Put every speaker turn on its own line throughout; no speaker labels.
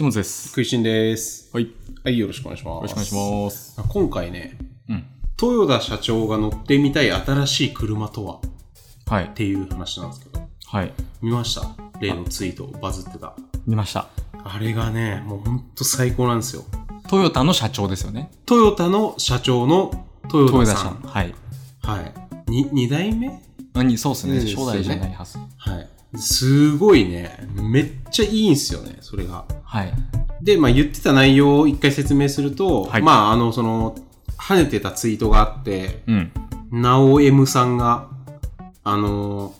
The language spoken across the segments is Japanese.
本です。
食いしんです。
はい。よ
はい、よろしくお願いします。よ
ろしくお願いします。
す。今回ね、
うん。
豊田社長が乗ってみたい新しい車とはっ
はい。
ていう話なんですけど、
はい。
見ました例のツイート、バズってた。
見ました。
あれがね、もうほんと最高なんですよ。
トヨタの社長ですよね。
トヨタの社長の豊
豊田
田さ
さん。
ん。
はい。
はい。に、二代目
何そうですね。
ですよ
初
ね
代じゃないはず。
はい。すごいね、めっちゃいいんすよね、それが。
はい。
で、まあ、言ってた内容を一回説明すると、
はい
まあ、あの、その、跳ねてたツイートがあって、
うん。
なお M さんが、あのー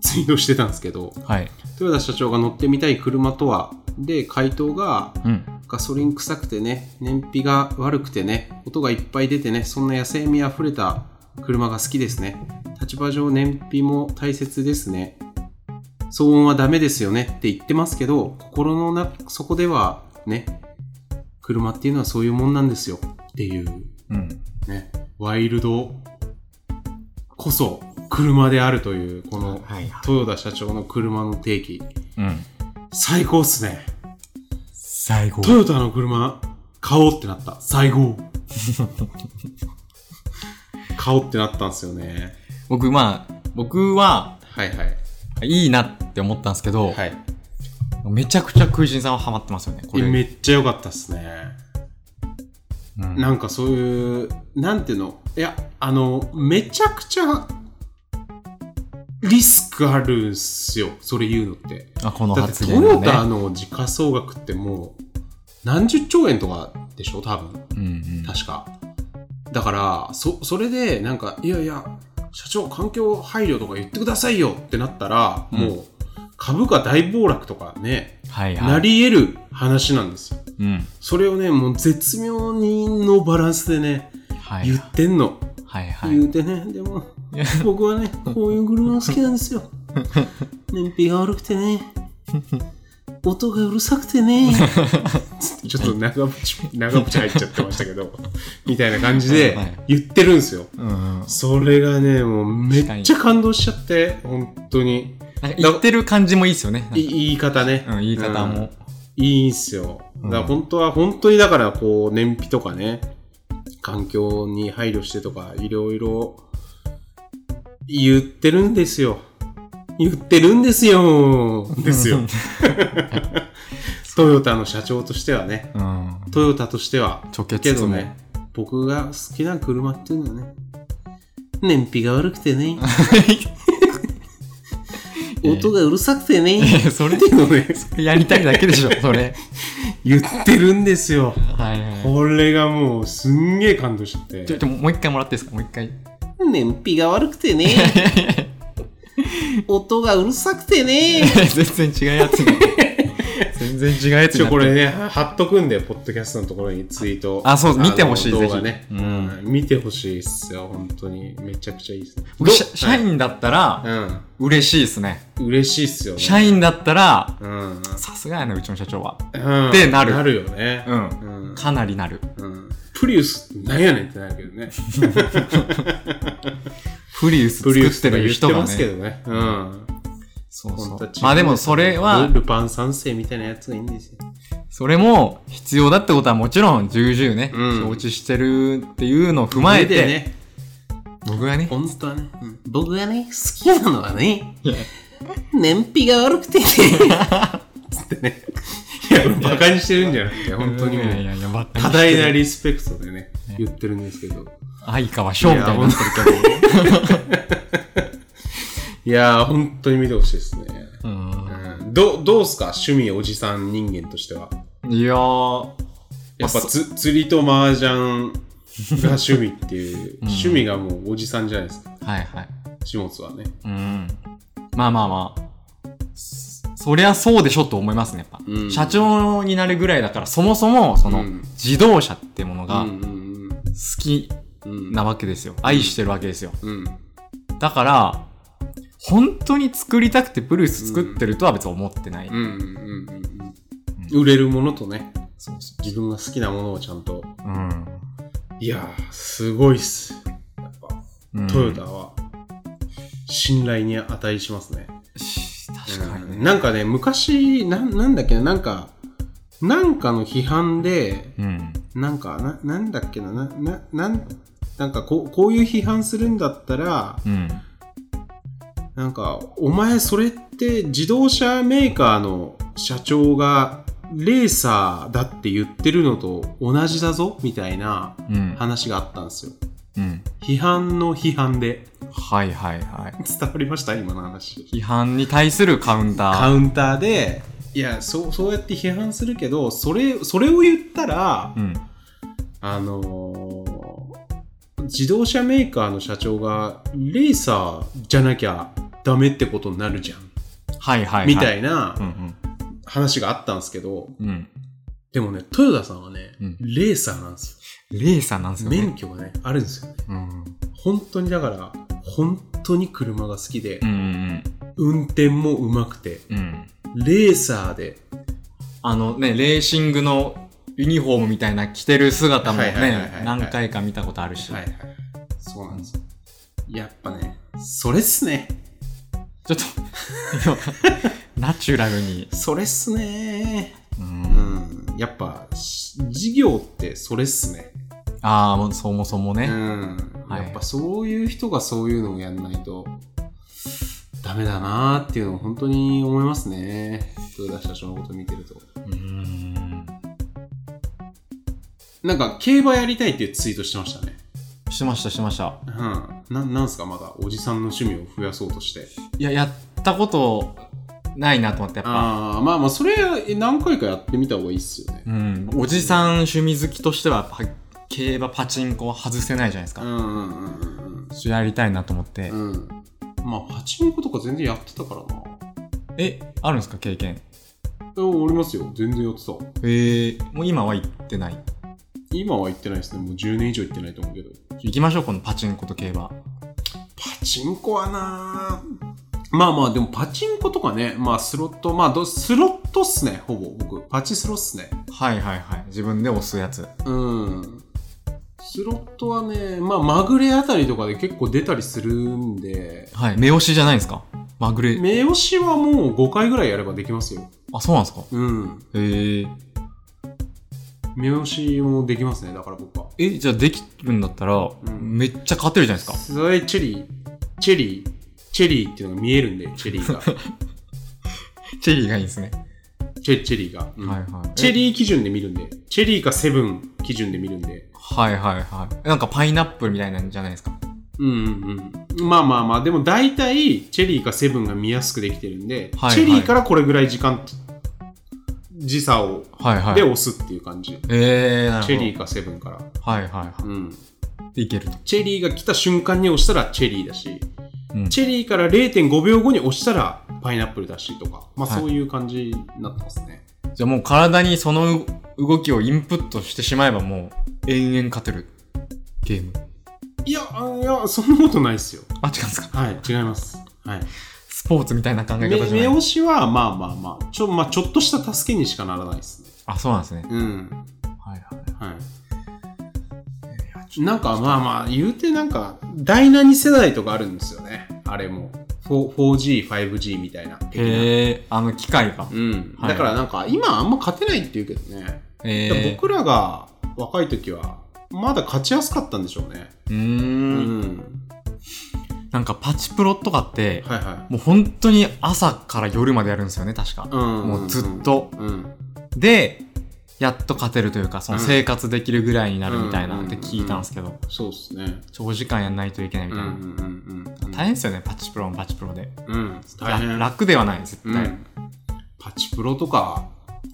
ツイートしてたんですけど、
はい。
豊田社長が乗ってみたい車とは、で、回答が、
うん。
ガソリン臭くてね、燃費が悪くてね、音がいっぱい出てね、そんな野生味あふれた車が好きですね。立場上燃費も大切ですね。騒音はダメですよねって言ってますけど、心のな底ではね、車っていうのはそういうもんなんですよっていう
うん。
ね、ワイルドこそ車であるという、この
はい。
豊田社長の車の定義、
うん。
最高っすね。
最後
トヨタの車、買おうってなった。最 後。買おうってなったんですよね。
僕、まあ、僕は、
はいはい。
いいなって思ったんですけど、
はい。
めちゃくちゃ空人さんはハマってますよね。これ。
めっちゃ良かったっすね。
うん
なんかそういう、なんていうのいや、あの、めちゃくちゃ、リスクあるんすよ。それ言うのって。
あこの
だって
発
ト
言が
ヨ
ね。
タの時価総額ってもう何十兆円とかでしょ多分
うんうん。
確かだからそそれでなんかいやいや社長環境配慮とか言ってくださいよってなったら、
うん
もう株価大暴落とかね、
はいはい。
なり得る話なんですよ
うん。
それをねもう絶妙にのバランスでね、
はい
言。ってんの、
はいはい
言。うてねで も僕はねこういう車が好きなんです よ燃費が悪くてね音がうるさくてね ちょっと長渕長渕入っちゃってましたけどみたいな感じで
はい
言ってるんですよ
うんうん。
それがねもうめっちゃ感動しちゃって本当に
なんか言ってる感じもいいですよね。
い言い方ね、
うん、言い方
う
も
ん。いいんすよだから
うん
本当は本当にだからこう燃費とかね環境に配慮してとかいろいろ言ってるんですよ言ってるんですよですよ トヨタの社長としてはね
うん。
トヨタとしては
直
け
結
ど
も、
ね僕が好きな車っていうのはね燃費が悪く てね音がうるさくてね
いやそれ
っていうのをね
やりたいだけで しょ、それ。
言ってるんですよ
はいは
これがもうすんげえ感動しちゃっ
い。ちょ、
て
ちょ、もう一回もらっていいですかもう一 回。
燃費が悪くてね 音がうるさくてね
全然違うやつに。全然違うやつ
ち
に
ょ
なってる。
これね貼っとくんでポッドキャストのところにツイート
あそうです
の
見てほしい
動画
ぜひ
ね、
うん
うん見てほしいっすよ本当にめちゃくちゃいいっすね
僕社社員だったら、
うん
嬉しいですね。
嬉しいっすよね
社員だったら、
うん
さすがやな、うちの社長は。
っ
ってなる
なるよね
うん
うん
かなりなる。
うんプリウスなんやねんってなるけ どね
プリウス
プリ
作
ウ
っ
ス
て
とか
る
言
人
って
が
ますけ
ね。
どねうん
そうそ
本当は
う
違。う
まあでもそれは
ル、ルパン三世みたいなやつがいいんですよ
それも必要だってことはもちろん重々ね、
うん
承知してるっていうのを踏まえ
で
て、
ね
僕がね、
本当はね、僕がね好きなのはね燃費が悪くてねつってねいや俺バカにしてるんじゃなくて本当にも
いやいうやいや、ばっかり
多
して
大なリスペクトでね言ってるんですけど
相川翔みたいになってるけど。
いやー本当に見てほしいですね、
うん
うん、どどうすか趣味おじさん人間としてはい
やー、
やっぱつ釣りと麻雀が趣味っ ていう、趣味がもうおじさんじゃないですか
はいはい。
下津はね
うん。まあまあまあ。そそりゃそうでしょと思いますね、やっぱ。
うん
社長になるぐらいだから、そもそも、その、
うん
自動車ってもの
うん
が好き
うん
なわけですよ。愛してるわけですよ。
うんうん
だから、本当に作りたくてプルース作ってるとは別に思ってない。
うんうんうんうん売れるものとね
そうそ
自分が好きなものをちゃんと
う。うん。
いやーすごいっすやっぱ
うん
トヨタは信頼に値しますね、
し確かに
うん
ね。
なんかね昔なんなんだっけななんかなんかの批判で、
うん。
なんか、な、なんだっけな、な、な、なん、なんかこう、こういう批判するんだったら、
うん。
なんか、お前それって自動車メーカーの社長がレーサーだって言ってるのと同じだぞみたいな
うん。
話があったんですよ。
うん。
批判の批判で。
はいはいはい。
伝わりました今の話。
批判に対するカウンター。
カウンターで、いや、そう、そうやって批判するけど、それ、それを言ったら、
うん。
あのー自動車メーカーの社長がレーサーじゃなきゃダメってことになるじゃん、
はいはい、はい。
みた
い。
いな
うん
話があったんですけど
うん。うん。
でもね豊田さんはね、
うん
レーサーなんです
レーサーなんです
よ
よね。
免許がねあるんですよね
うん。
本当にだから本当に車が好きで
う、ん
運転も上手くて
うんうん。うん。
レーサーで
あのね、レーシングのユニフォームみたいな着てる姿も
はいはいはいはいは
ね
い、
何回か見たことあるし。
はいはいそうなんですよやっぱねそれっすね
ちょっと今、ナチュラルに。
それっすね
う。
うんんやっぱし事業ってそれっすね。
ああ、もうそもそも
う
ね。
ん、
はい
やっぱそういう人がそういうのをやんないとダメだなーっていうのを本当に思いますね。豊田社長のこと見てると。
うん。
なんか競馬やりたいっていうツイートしてましたね。
してました、してました。
うん。ななんすかまだおじさんの趣味を増やそうとして。
いや、やったことないなと思って、やっぱ。
ああ、まあまあそれ何回かやってみた方がいいっすよね。
うん。おじさん趣味好きとしては、やっぱ競馬、パチンコは外せないじゃないです
う
か。
んうんうんうん
ちょっとやりたいなと思って。
うん。うん。まあパチンコとか全然やってたからな。
え、あるんですか、経験。
うんありますよ。全然やってた。
ええもう今は行ってない。
今は行ってないですね。もう10年以上行ってないと思うけど。
行きましょう、このパチンコと競馬。
パチンコはなぁまあまあ、でもパチンコとかね、まあスロット、まあどスロットっすね、ほぼ僕。パチスロっすね。
はいはいはい。自分で押すやつ。
うん。スロットはね、まあまぐれあたりとかで結構出たりするんで、
はい。目押しじゃないんですかまぐれ。
目押しはもう5回ぐらいやればできますよ。
あ、そうなんですか
うん。
ええ
目押しもできますね、だから僕は。
え、じゃあできるんだったら、
ん
めっちゃ勝てるじゃないですか。
それチェリー、チェリー、チェリーっていうのが見えるんで、チェリーが。
チェリーがいいんですね。
チェチェリーが。うん
はいはい。
チェ
ー
リー基準で見るんで、チェリーかセブン基準で見るんで、
はいはいはい。なんかパイナップルみたいなんじゃないですか。
うんうんうん。まあまあまあ、でも大体、チェリーかセブンが見やすくできてるんで、
はいはい
チェリーからこれぐらい時間、時差を、
はいはい。
で押すっていう感じ。
えー、なるほど。
チェリーかセブンから。
はいはいは
うん。
い。でいけると。
チェリーが来た瞬間に押したらチェリーだし、
うん
チェリーから0.5秒後に押したらパイナップルだしとか、まあ
はい
そういう感じになってますね。
じゃあもう体にそのう動きをインプットしてしまえばもう延々勝てるゲーム。
い、や、あいや、そんなことないですよ。
あ、違うんですか
はい、違います。はい。
スポーツみたいな考え
目
方じ
目
ゃない
押しはまあまあまあちょ,、まあ、ちょっとした助けにしかならないですね
あ、そうなんですね。
うん
はいは
はい
やち
いなんかまあまあ言うてなんか第7世代とかあるんですよねあれも 4G5G みたいな
ょ。へえ、あの機械が。
うん、
はい
だからなんか今あんま勝てないって言うけどね、
え
でも
ー、
僕らが若い時はまだ勝ちやすかったんでしょうね
うー。
うんん
なんかパチプロとかって、
はいはい
もう本当に朝から夜までやるんですよね、確か。
うん
もうずっと。
うん
で、やっと勝てるというか、その
うん
生活できるぐらいになるみたいな
うん
って聞いたんですけど、
そうっすね
長時間やんないといけない
うん
み
う
たい
ん
な。
うんうん
大変ですよね、パチプロもパチプロで。
うん大変
ら楽ではない、絶
う
対。
ん、パチプロとか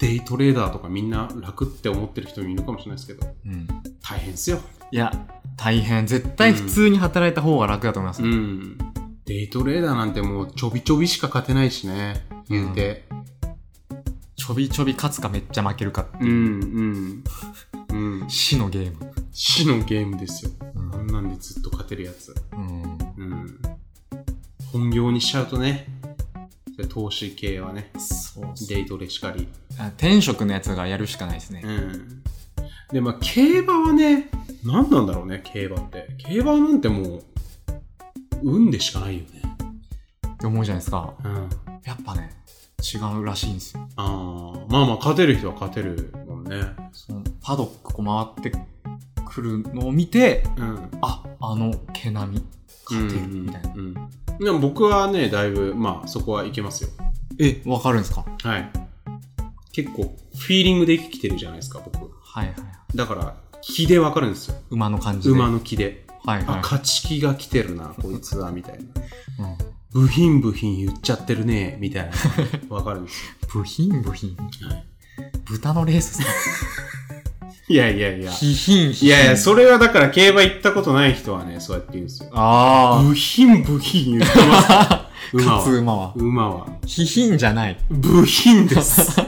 デイトレーダーとかみんな楽って思ってる人もいるかもしれないですけど
うん
大変っすよ、
いや、大変。絶対普通に働いた方が楽だと思います。
ん、デイトレーダーなんてもうちょびちょびしか勝てないしね言うて
ちょびちょび勝つかめっちゃ負けるかって
う
いう、
んうんうん
死のゲーム。
死のゲームですよ
うん
あんなんでずっと勝てるやつ
うん
うん本業にしちゃうとね投資系はね
そうっす
デイトレしかり
あ天職のやつがやるしかないですね。
うん。で、まあ、競馬はね、何なんだろうね、競馬って。競馬なんてもう、運でしかないよね。
って思うじゃないですか。
うん。
やっぱね、違うらしいんですよ。
あーまあまあ、勝てる人は勝てるもんね。
そのパドックこう回ってくるのを見て、
うん。
あ、あの毛並み、勝てる、みたいな。
うん。うんでも僕はね、だいぶ、まあ、そこはいけますよ。
え、わかるんですか
はい。結構、フィーリングで生きてるじゃないですか、僕。
はいはいはい。
だから、気でわかるんですよ。
馬の感じで。
馬
の。
の気で。
はい
あ、
は
勝ち気が来てるな、こいつは、みたいな。
い。うん、
部品部品言っちゃってるね、みたい な。わかるんです
部品部品。
よ。はい、
豚のレースさ。
いやいやいや。
ひひんひ
いやいや、
う。
それはだから競馬行ったことない人はね、そうやって言うんですよ。
あ
部品部品言ってます。
あ。
馬
勝つ
は。
馬は。
馬は。
ひひんじゃない。
部品です。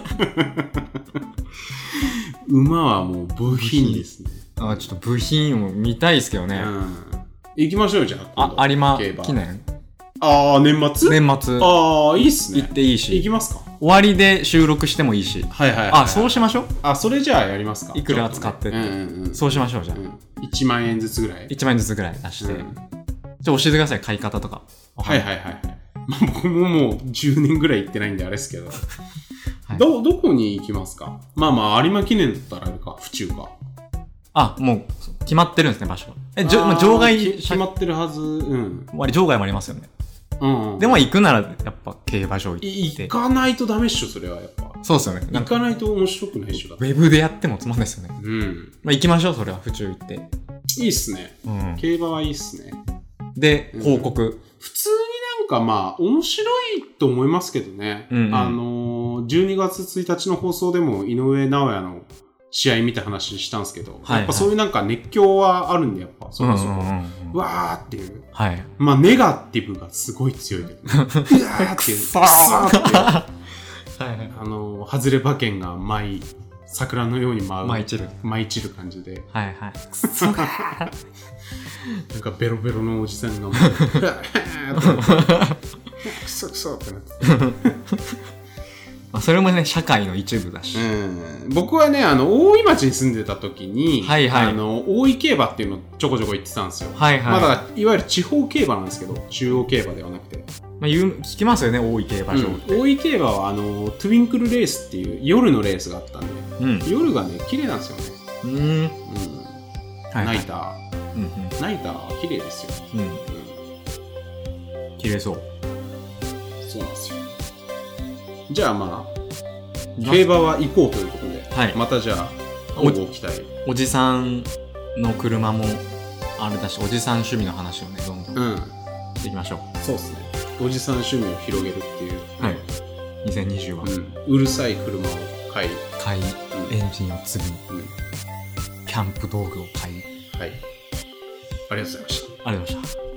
馬はもう部品ですね。
あちょっと部品を見たいですけどね。
うん。行きましょう、じゃあ。
あ、有馬
競馬
記念
ああ、年末
年末。行
ああ、いいっすね
っ。ていい
行
し
き。ますか
終わりで収録してもいいし。
はいはいはい。
あ、そうしましょう。
あ、それじゃあやりますか。
いくら使ってって
うんうんうん。
そうしましょう、じゃあ
う。ん。1万円ずつぐらい。
1万円ずつぐらい出して。
う
ちょ
ん
っと教えてください、買い方とか。
はいはいはいはい。まあ、僕ももう10年ぐらい行ってないんであれですけど、
はい
どどこに行きますかまあまあ有馬記念だったらあれか府中か
あ、もう、決まってるんですね、場所。え、じょまあ
ー
場
き
外、
決まってるはずうん、
割場外もありますよね。
うんうん、
でも行くなら、やっぱ競馬場
い
行っ
行
て。
かないとダメっしょそれはやっぱ
そうですよね。な
行
んか、
かないと面白くないっしょだっ
ウ
て
ェブでやってもつまんないですよね。
うん
まあ行きましょう、それは、府中行って。
いいっすね
うん。
競馬はいいっすね
で、
うん
広告。
普通になんかまあ面白いと思いますけどね、
うんうん
あのー、12月1日の放送でも井上尚弥の試合見た話したんですけど、
はい
やっぱそういうなんか熱狂はあるんでやっぱそうこ
ん
そこ、
うんうんうん。
わーっていう
はい。
まあネガティブがすごい強いけど、ね、うわーってい うく
そ
そ
ー
ーっていう
はいはい。
あのー、外れ馬券が舞い桜のように舞う
まあ、一る。
舞い散る感じで
はいはい。くそー
なんかベロベロのおじ さんがもううわーってくそくそってなって
まあそれもね、社会の一部だし。
うん僕はねあの大井町に住んでた時に、
はいはい
あの大井競馬っていうのをちょこちょこ行ってたんですよ、
はいはい。
まあ、だからいわゆる地方競馬なんですけど中央競馬ではなくて、
まあ、言う聞きますよね、大井競馬場って。
うん大井競馬はあのトゥインクルレースっていう夜のレースがあったんで
うん。う
夜がね綺麗なんですよね、
ーん。
うん
はいは
ナイ
い。
ター
うん
ナイターは綺麗ですよ、
うん。うん。
う
綺麗そう。
ん、そうなんですよじゃあまあ競馬は行こうということで
はい。
またじゃあ
お
応募期待
おじさんの車もあれだし、おじさん趣味の話をね、どんどん
うん
していきましょう。
そうですねおじさん趣味を広げるっていう、
はい2020は、
うん、うるさい車を買い、
買い、
うん
エンジンを継ぎ、
うん
キャンプ道具を買い、
はいありがとうございました
ありがとうございました。